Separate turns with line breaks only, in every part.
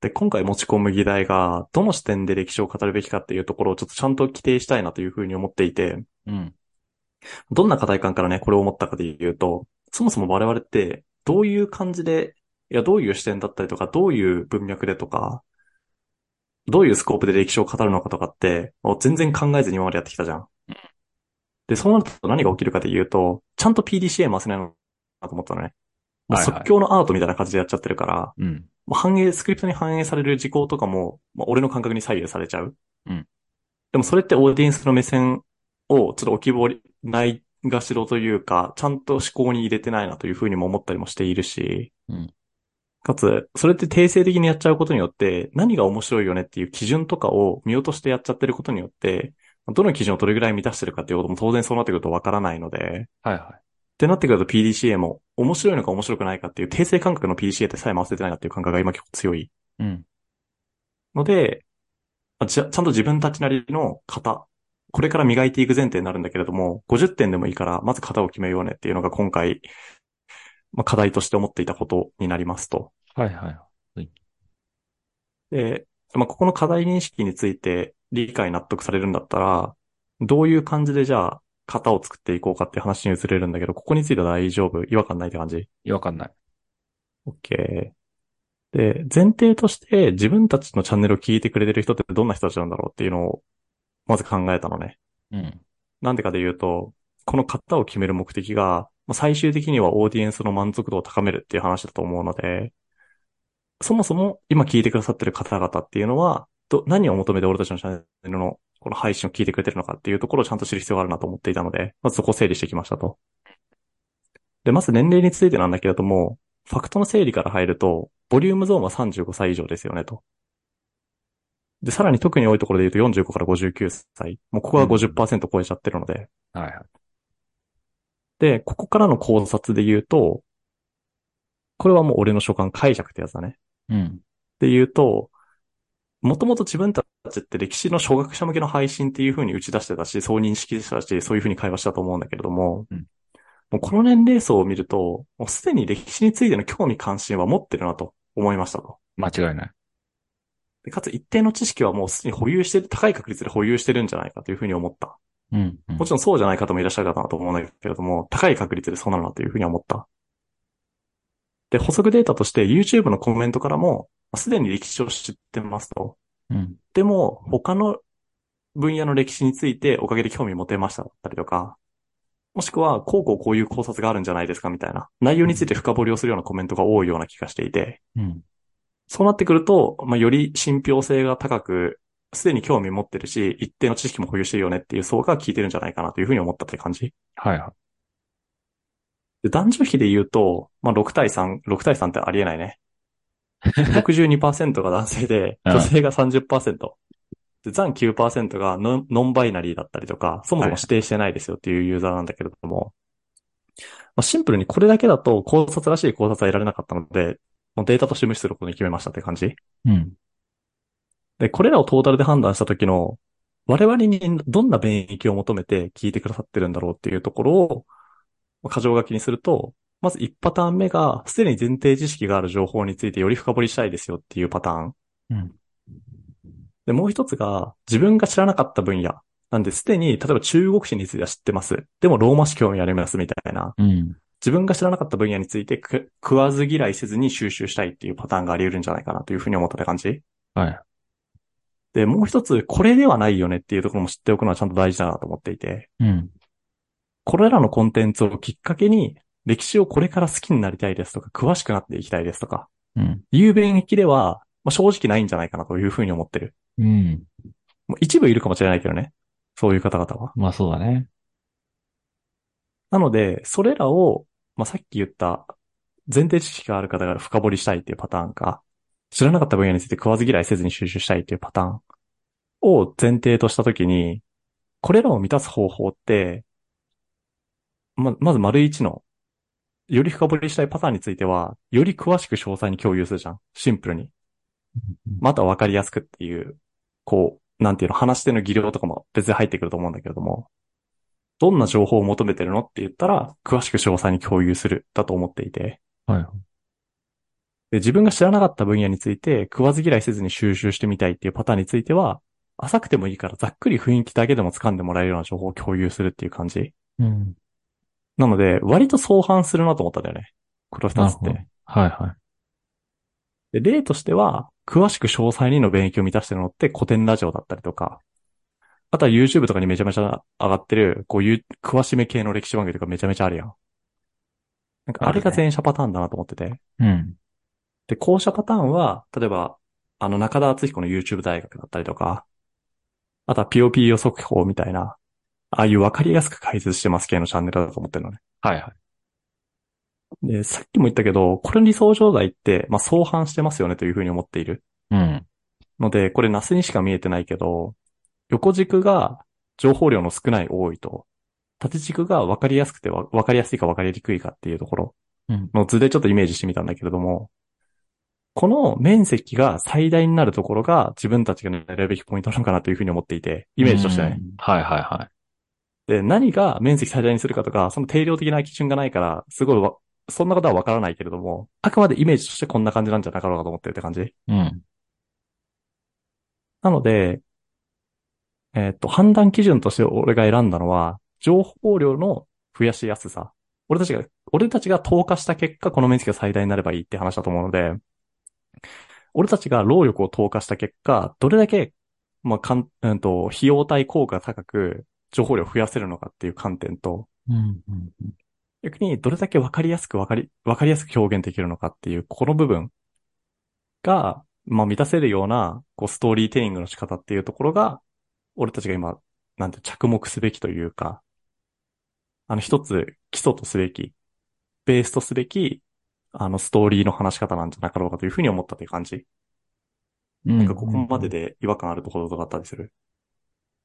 で、今回持ち込む議題が、どの視点で歴史を語るべきかっていうところをちょっとちゃんと規定したいなというふうに思っていて、
うん。
どんな課題感からね、これを思ったかで言うと、そもそも我々って、どういう感じで、いや、どういう視点だったりとか、どういう文脈でとか、どういうスコープで歴史を語るのかとかって、もう全然考えずに今までやってきたじゃん。で、そうなると何が起きるかで言うと、ちゃんと PDCA 回せないのかと思ったのね。もう
はいはい
即興のアートみたいな感じでやっちゃってるから、
うん。
もう反映、スクリプトに反映される事項とかも、まあ、俺の感覚に左右されちゃう。
うん。
でもそれってオーディエンスの目線をちょっと置きぼりないがしろというか、ちゃんと思考に入れてないなというふうにも思ったりもしているし、
うん。
かつ、それって定性的にやっちゃうことによって、何が面白いよねっていう基準とかを見落としてやっちゃってることによって、どの基準をどれぐらい満たしてるかっていうことも当然そうなってくるとわからないので、
はいは
ってなってくると PDCA も面白いのか面白くないかっていう定性感覚の PDCA ってさえ回せてないなっていう感覚が今結構強い。
い。うん。
ので、あちゃちゃんと自分たちなりの型、これから磨いていく前提になるんだけれども、50点でもいいから、まず型を決めようねっていうのが今回、まあ、課題として思っていたことになりますと。
はいはい。
で、まあ、ここの課題認識について理解納得されるんだったら、どういう感じでじゃあ、型を作っていこうかっていう話に移れるんだけど、ここについては大丈夫違和感ないって感じ
いやわかんない。
?OK。で、前提として自分たちのチャンネルを聞いてくれてる人ってどんな人たちなんだろうっていうのを、まず考えたのね。
うん。
なんでかで言うと、この型を決める目的が、まあ最終的にはオーディエンスの満足度を高めるっていう話だと思うので、そもそも今聞いてくださってる方々っていうのは、ど、何を求めて俺たちのチャンネルのこの配信を聞いてくれてるのかっていうところをちゃんと知る必要があるなと思っていたので、まずそこを整理してきましたと。で、まず年齢についてなんだけれども、ファクトの整理から入ると、ボリュームゾーンは35歳以上ですよねと。で、さらに特に多いところで言うと45から59歳。もうここは50%超えちゃってるので、
はいはい。
で、ここからの考察で言うと、これはもう俺の所感解釈ってやつだね。
うん。
で言うと、もともと自分たちって歴史の初学者向けの配信っていう風に打ち出してたし、そう認識してたし、そういう風に会話したと思うんだけれども、
うん
もうこの年齢層を見ると、もうすでに歴史についての興味関心は持ってるなと思いましたと。
間違いない。
でかつ一定の知識はもうすでに保有してる、高い確率で保有してるんじゃないかという風に思った。
うん。うん
もちろんそうじゃない方もいらっしゃるかなと思うんだけれども、高い確率でそうなるなというふうに思った。で、補足データとして YouTube のコメントからも、まあすでに歴史を知ってますと。
うん。
でも、他の分野の歴史についておかげで興味持てましただったりとか、もしくは、こうこうこういう考察があるんじゃないですかみたいな、内容について深掘りをするようなコメントが多いような気がしていて、
うん。
そうなってくると、まあ、より信憑性が高く、すでに興味持ってるし、一定の知識も保有してるよねっていう層が効いてるんじゃないかなというふうに思ったって感じ。
はいはい。
で男女比で言うと、まあ、6対3、6対3ってありえない ね。62%が男性で、
うん
女性が30%。で、残9%がノンノンバイナリーだったりとか、そもそも指定してないですよっていうユーザーなんだけれども、まあ、シンプルにこれだけだと考察らしい考察は得られなかったので、もうデータとして無視することに決めましたって感じ。
うん。
で、これらをトータルで判断した時の、我々にどんな便益を求めて聞いてくださってるんだろうっていうところを、まあ箇条書きにすると、まず1パターン目が、すでに前提知識がある情報についてより深掘りしたいですよっていうパターン。
うん。
で、もう一つが、自分が知らなかった分野。なんで、すでに、例えば中国史については知ってます。でも、ローマ史興味ありますみたいな。
うん。
自分が知らなかった分野についてく食わず嫌いせずに収集したいっていうパターンがあり得るんじゃないかなというふうに思ったって感じ
はい。
で、もう一つ、これではないよねっていうところも知っておくのはちゃんと大事だなと思っていて、
うん。
これらのコンテンツをきっかけに、歴史をこれから好きになりたいですとか、詳しくなっていきたいですとか、
うん。
いう便益では、まあ、正直ないんじゃないかなというふうに思ってる。
うん。
もう一部いるかもしれないけどね。そういう方々は。
まあそうだね。
なので、それらを、まあ、さっき言った、前提知識がある方が深掘りしたいっていうパターンか、知らなかった分野について食わず嫌いせずに収集したいっていうパターンを前提としたときに、これらを満たす方法って、ま、まず丸一の、より深掘りしたいパターンについては、より詳しく詳細に共有するじゃん。シンプルに。また分かりやすくっていう、こう、なんていうの、話し手の技量とかも別に入ってくると思うんだけれども、どんな情報を求めてるのって言ったら、詳しく詳細に共有するだと思っていて。
はい。
で、自分が知らなかった分野について食わず嫌いせずに収集してみたいっていうパターンについては、浅くてもいいからざっくり雰囲気だけでも掴んでもらえるような情報を共有するっていう感じ。
うん。
なので、割と相反するなと思ったんだよね。この
な
二
る
つっ
ほど
て。。
はいは
で、例としては、詳しく詳細にの便益を満たしてるのって古典ラジオだったりとか、あとは YouTube とかにめちゃめちゃ上がってる、こういう、詳しめ系の歴史番組とかめちゃめちゃあるやん。なんかあれが前者パターンだなと思ってて。
い。うん。
で、後者パターンは、例えば、あの中田敦彦の YouTube 大学だったりとか、あとは POP 予測法みたいな、ああいうわかりやすく解説してます系のチャンネルだと思ってるのね。
はいはい。
で、さっきも言ったけど、これの理想状態って、まあ、相反してますよねというふうに思っている。
うん。
ので、これナスにしか見えてないけど、横軸が情報量の少ない多いと、縦軸が分かりやすくてわ分かりやすいか分かりにくいかっていうところ
うん。
の図でちょっとイメージしてみたんだけれども、この面積が最大になるところが自分たちが狙うべきポイントなのかなというふうに思っていて、イメージとしてね
う。ん。はいはいは
で、何が面積最大にするかとか、その定量的な基準がないから、すごいわ、そんなことは分からないけれども、あくまでイメージとしてこんな感じなんじゃなかろうかと思ってるって感じ。
い。うん。
なので、えーっと、判断基準として俺が選んだのは、情報量の増やしやすさ。俺たちが、俺たちが投下した結果、この面積が最大になればいいって話だと思うので、俺たちが労力を投下した結果、どれだけ、まあ、かん、うんと、費用対効果が高く、情報量を増やせるのかっていう観点と、
うん。うん。
逆にどれだけわかりやすくわかり、わかりやすく表現できるのかっていう、この部分が、まあ満たせるような、こうストーリーテリングの仕方っていうところが、俺たちが今、なんて着目すべきというか、あの一つ基礎とすべき、ベースとすべき、あのストーリーの話し方なんじゃなかろうかというふうに思ったという感じ。
な
なんかここまで。で違和感あるところとかあったりする。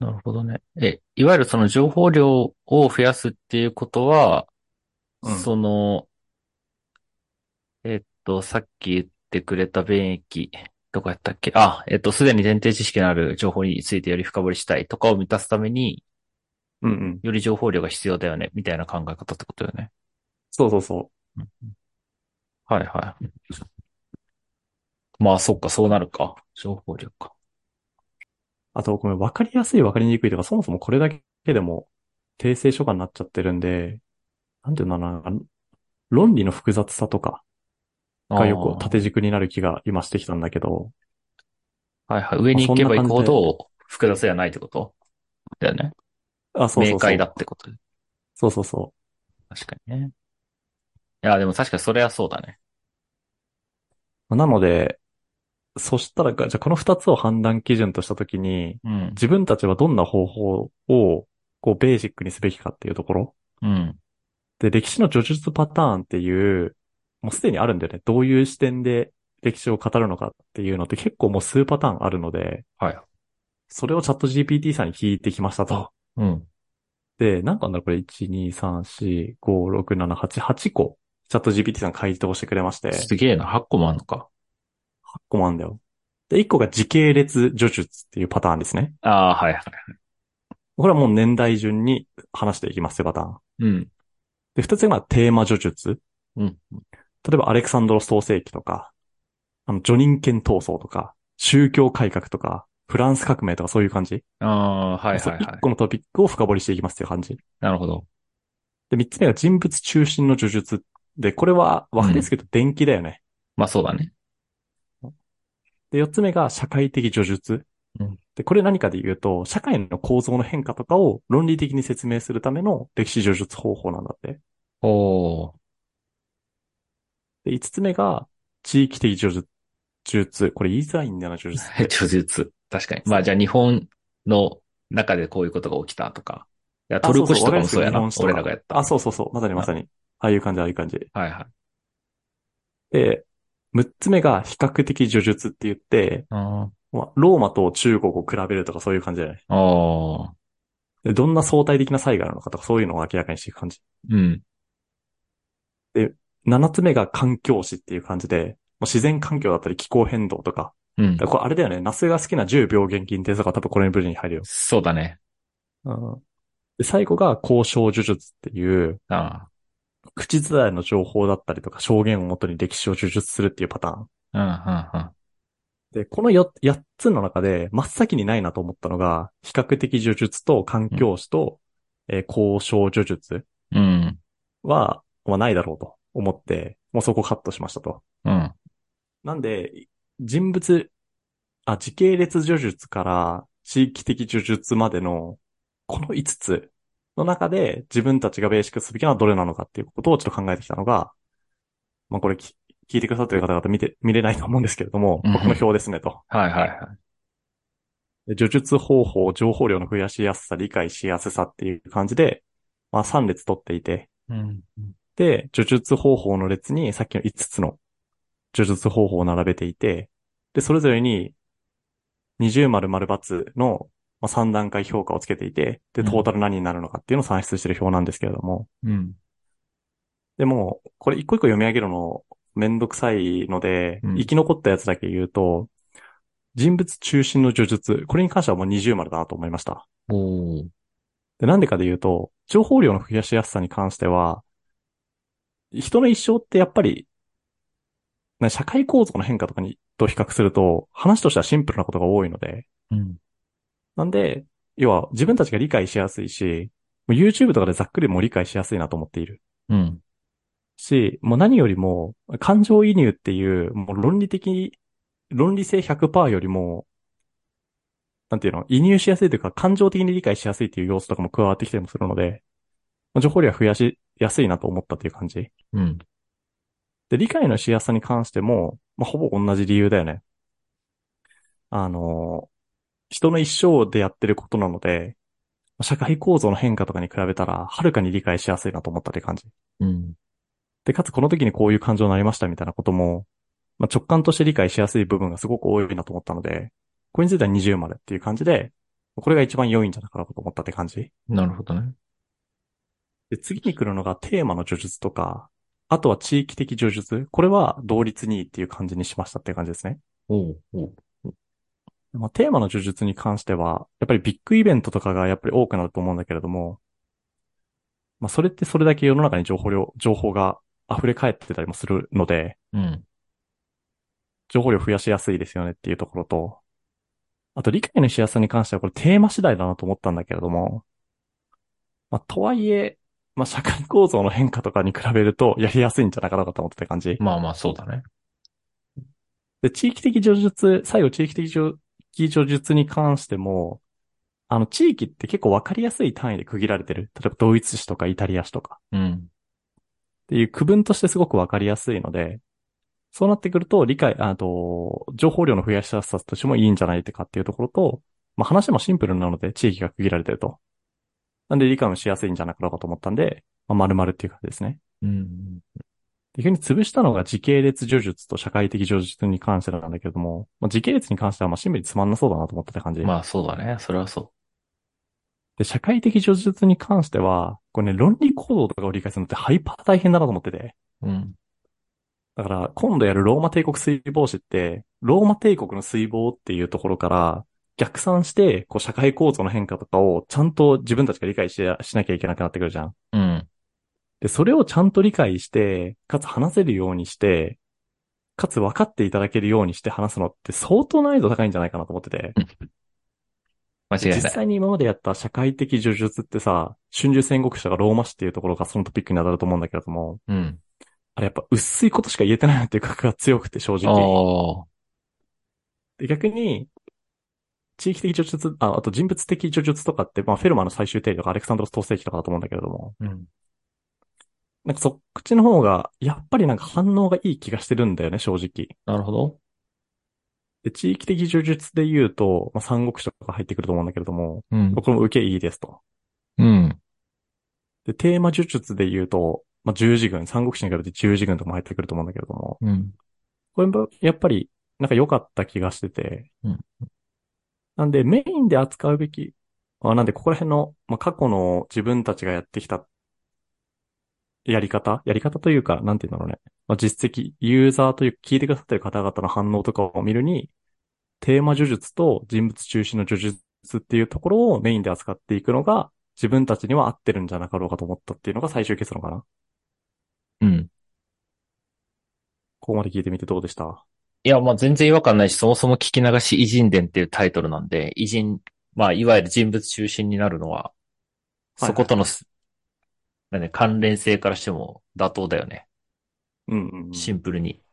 なるほどね。え、いわゆるその情報量を増やすっていうことは、
うん
その、えっと、さっき言ってくれた便益とかやったっけあ、えっと、すでに前提知識のある情報についてより深掘りしたいとかを満たすために、
うんうん。
より情報量が必要だよね、みたいな考え方ってことよね。
そうそうそう。
はいはい。まあ、そっか、そうなるか。情報量か。
あと、ごめん、わかりやすい、わかりにくいとか、そもそもこれだけでも、訂正書がになっちゃってるんで、なんていうんだろうな、あの論理の複雑さとかがよく
あー
縦軸になる気が今してきたんだけど、
はいはい。上に行けば行くほど複雑じゃないってことだよね。
あ、そうそうそう。
明快だってこと。
そうそうそ
確かにね。いや、でも確かにそれはそうだね。
う。なので、そしたら、じゃあこの二つを判断基準としたときに、
うん。
自分たちはどんな方法を、こう、ベーシックにすべきかっていうところ。
うん。
で、歴史の叙述パターンっていう、もうすでにあるんだよね。どういう視点で歴史を語るのかっていうのって結構もう数パターンあるので、
はい。
それをチャット GPT さんに聞いてきましたと。
うん。
で、なんかなんだろうこれ、1、2、3、4、5、6、7、8、8個、チャット GPT さん回答してくれまして、8
すげえな、8個もあんのか。
個もあるんだよ。で、1個が時系列叙述っていうパターンですね。
ああ、はいはい。
これはもう年代順に話していきますよ、パターン。
うん。
で、二つ目がテーマ叙述。
うん。
例えば、アレクサンドロス創世記とか、あの、ジョニンケン闘争とか、宗教改革とか、フランス革命とかそういう感じ。
ああ、はい
そう
はいは
一
い。
個のトピックを深掘りしていきますっていう感じ。
なるほど。
で、三つ目が人物中心の叙述。で、これはわかりやすく言うと伝記だよね。
まあそうだね。
で、四つ目が社会的叙述
うん。
で、これ何かで言うと、社会の構造の変化とかを論理的に説明するための歴史叙述方法なんだって。
おー。
で、五つ目が地域的叙述。叙述。これ言いづらいんだよな、叙述って。
叙述。確かに。まあじゃあ日本の中でこういうことが起きたとか。いや、トルコ史とかもそうやな。
あそうそう
俺らがやった。
あ、そうそうそう。まさにまさに。ああいう感じ、ああいう感じ。
はいはい。
で、六つ目が比較的叙述って言って、
あ
まあ、ローマと中国を比べるとかそういう感じじゃない
あ。ああ。
でどんな相対的な差異があるのかとかそういうのを明らかにしていく感じ。
うん。
七つ目が環境史っていう感じで、まあ自然環境だったり気候変動とか。
うん
だか。らこれあれだよね。ナスが好きな10病原菌ってやつとか多分これの部類に入るよ。
そうだね。
うん。で、最後が交渉叙述っていう、
あ
口伝いの情報だったりとか証言をもとに歴史を叙述するっていうパターン。
うん、うん、
で、この 8, つの中で真っ先にないなと思ったのが、比較的叙述と環境史と、えー交渉叙述
うん。うん、
は、まあ、ないだろうと思って、もうそこカットしましたと。
うん、
なんで、人物、あ、時系列叙述から地域的叙述までの、この5つの中で自分たちがベーシックすべきのはどれなのかっていうことをちょっと考えてきたのが、まあこれき聞いてくださってる方々見て、見れないと思うんですけれども、
うんうん
まあこの表ですねと。
はい、はい、はい。
で叙述方法、情報量の増やしやすさ、理解しやすさっていう感じで、まあ3列取っていて、
うん、
で、叙述方法の列にさっきの5つの叙述方法を並べていて、で、それぞれに20丸丸×のまあ3段階評価をつけていて、で、
うん
トータル何になるのかっていうのを算出してる表なんですけれども、
うん、
でも、これ一個一個読み上げるのめんどくさいので、
うん
生き残ったやつだけ言うと、人物中心の叙述、これに関してはもう20丸だなと思いました。
おー
で、なんでかで言うと、情報量の増やしやすさに関しては、人の一生ってやっぱり、ね社会構造の変化とかにと比較すると、話としてはシンプルなことが多いので、
うん、
なんで、要は自分たちが理解しやすいし、もう YouTube とかでざっくりもう理解しやすいなと思っている。
うん、
し、もう何よりも、感情移入っていう、もう論理的、論理性100%よりも、なんていうの、移入しやすいというか、感情的に理解しやすいっていう要素とかも加わってきたりもするので、まあ情報量は増やしやすいなと思ったという感じ。
うん、
で、理解のしやすさに関しても、まあ、ほぼ同じ理由だよね。あの、人の一生でやってることなので、社会構造の変化とかに比べたら、はるかに理解しやすいなと思ったという感じ。
うん、
で、かつこの時にこういう感情になりましたみたいなことも、まあ、直感として理解しやすい部分がすごく多いなと思ったので、これについては20までっていう感じで、これが一番良いんじゃなかろうかと思ったって感じ。
なるほどね。
で、次に来るのがテーマの叙述とか、あとは地域的叙述。これは同率にっていう感じにしましたって感じですね。
おうおう
まあ、テーマの叙述に関しては、やっぱりビッグイベントとかがやっぱり多くなると思うんだけれども、まあ、それってそれだけ世の中に情報量、情報が溢れ返ってたりもするので、
うん、
情報量増やしやすいですよねっていうところと、あと理解のしやすさに関してはこれテーマ次第だなと思ったんだけれども、まあ、とはいえ、まあ、社会構造の変化とかに比べるとやりやすいんじゃなかろうかと思ってた感じ。
まあまあ、そうだね。
で、地域的叙述、最後地域的叙叙述に関しても、あの、地域って結構わかりやすい単位で区切られてる。例えばドイツ史とかイタリア史とか。
うん、
っていう区分としてすごくわかりやすいので、そうなってくると理解、あと、情報量の増やしやすさとしてもいいんじゃないかっていうところと、まあ、話もシンプルなので地域が区切られてると。なんで理解もしやすいんじゃなかろうかと思ったんで、まあ、丸々っていう感じですね。
うん、
で、逆に潰したのが時系列叙述と社会的叙述に関してなんだけれども、まあ、時系列に関してはまあシンプルにつまんなそうだなと思ってた感じ。
まあ、そうだね。それはそ
で、社会的叙述に関しては、これね、論理行動とかを理解するのってハイパー大変だなと思ってて。
う。うん、
だから、今度やるローマ帝国水防史って、ローマ帝国の水防っていうところから、逆算して、こう、社会構造の変化とかを、ちゃんと自分たちが理解しやしなきゃいけなくなってくるじゃん。
うん、
で、それをちゃんと理解して、かつ話せるようにして、かつ分かっていただけるようにして話すのって相当難易度高いんじゃないかなと思ってて。
間違
実
いない。
際に今までやった社会的叙述ってさ、春秋戦国史とかローマ史っていうところがそのトピックに当たると思うんだけれども、
うん。
あれやっぱ薄いことしか言えてないなっていう感覚が強くて正直。
ああ、
で、逆に、地域的叙述、あ、あと人物的叙述とかって、まあ、フェルマーの最終定理とか、アレクサンドロス統制期とかだと思うんだけれども、
うん、
なんかそっちの方が、やっぱりなんか反応がいい気がしてるんだよね、正直。
なるほど。
で、地域的叙述で言うと、まあ、三国志とか入ってくると思うんだけれども、
うん、
これも受けいいですと。
うん、
で、テーマ叙述で言うと、まあ、十字軍、三国志に比べて十字軍とかも入ってくると思うんだけれども、
うん、
これもやっぱり、なんか良かった気がしてて。
うん
なんで、メインで扱うべき、あなんで、ここら辺の、まあ、過去の自分たちがやってきた、やり方やり方というか、なんて言うんだろうね。まあ、実績、ユーザーという、聞いてくださってる方々の反応とかを見るに、テーマ叙述と人物中心の叙述っていうところをメインで扱っていくのが、自分たちには合ってるんじゃなかろうかと思ったっていうのが最終結論かな。
うん。
ここまで聞いてみてどうでした
いや、まあ全然違和感ないし、そもそも聞き流し偉人伝っていうタイトルなんで、偉人、まあいわゆる人物中心になるのは、
はいはい
そことのす、なんで関連性からしても妥当だよね。
うんうんうん。
シンプルに。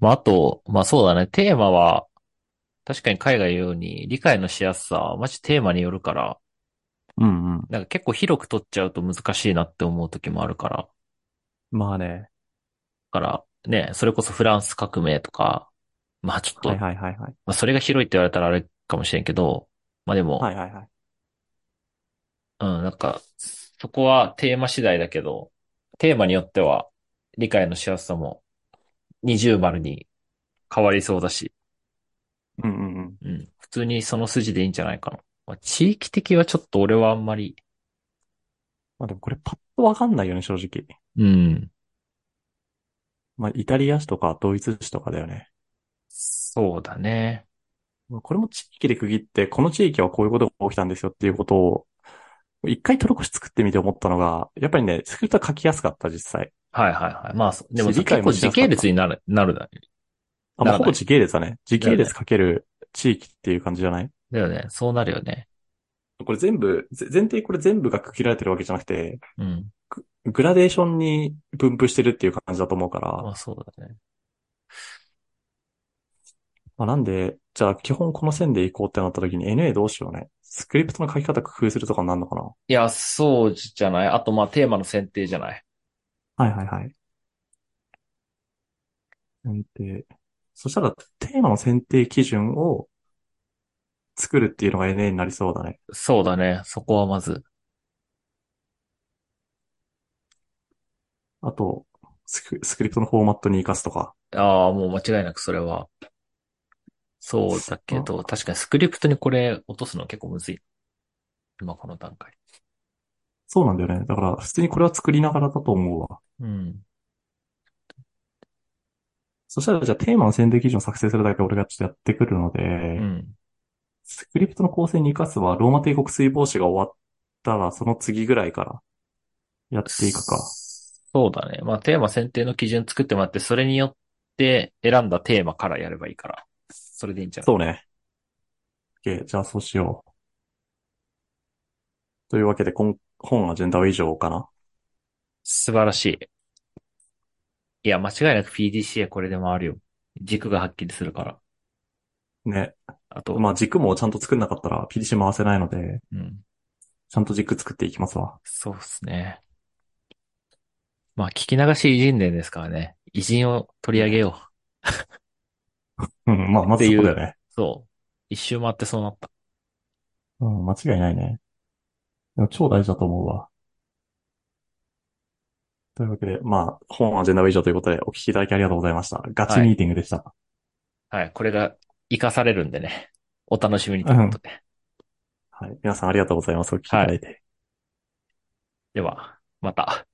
まあ、あと、まあそうだね。テーマは、確かに海外のように理解のしやすさは、マジテーマによるから、
うんうん。
なんか結構広く取っちゃうと難しいなって思う時もあるから、だ
まあね。
から、ね、それこそフランス革命とか、まあちょっと、
はいはいはいはい。
まあそれが広いって言われたらあれかもしれんけど、まあでも、
はいはいはい。
うん、なんか、そこはテーマ次第だけど、テーマによっては理解のしやすさも二重丸に変わりそうだし、
うんうんうん。
うん。普通にその筋でいいんじゃないかな。まあ、地域的はちょっと俺はあんまり、
まあでもこれパッとわかんないよね、正直。
うん。
まあイタリア史とかドイツ史とかだよね。
そうだね。
まあこれも地域で区切って、この地域はこういうことが起きたんですよっていうことを、一回トロコシ作ってみて思ったのが、やっぱりね、スクリプトは書きやすかった、実際。
はいはいはい。まあ、そでも
理
結
解
構
もし
時
やすかった
系列になる、なるだ
あ、まあ
ならない
ほぼ時系列だね。時系
だよ
列かける地域っていう感じじゃない
だよね。そうなるよね。
これ全部、ぜ前提これ全部が区切られてるわけじゃなくて、
うん。
グラデーションに分布してるっていう感じだと思うから、
まあそうだね。
まあ、なんで、じゃあ基本この線で行こうってなった時に NA どうしようね。スクリプトの書き方工夫するとかになるのかない
や、そうじゃない。あとまあテーマの選定じゃない。
はいはいはい。選定。そしたらテーマの選定基準を作るっていうのが NA になりそうだね。
そうだね。そこはまず。
あと、スクスクリプトのフォーマットに活かすとか。
ああ、もう間違いなくそれは。そうだけど、確かにスクリプトにこれ落とすの結構むずい。今この段階。
そうなんだよね。だから普通にこれは作りながらだと思うわ。
うん。
そしたらじゃあテーマの選定基準を作成するだけ俺がちょっとやってくるので、
うん。
スクリプトの構成に活かすは、ローマ帝国水防止が終わったら、その次ぐらいから、やっていくか。
そうだね。まあ、テーマ選定の基準作ってもらって、それによって選んだテーマからやればいいから。それでいいんじゃない
そうね。OK、じゃあそうしよう。というわけで、今本アジェンダは以上かな。
素晴らしい。いや、間違いなく PDCA これで回るよ。軸がはっきりするから。
ね。
あと、
まあ軸もちゃんと作んなかったら PDC 回せないので、
うん。
ちゃんと軸作っていきますわ。
そうっすね。まあ、聞き流し偉人伝ですからね。偉人を取り上げよ
うん、まあまずそこだよね。
う。そう。一周回ってそうなった。
うん、間違いないね。でも超大事だと思うわ。というわけで、まあ、本アジェンダは以上ということで、お聞きいただきありがとうございました。ガチミーティングでした。
はい。これが活かされるんでね。お楽しみにということで。
はい。皆さんありがとうございます。お聞きいただいて。
では、また。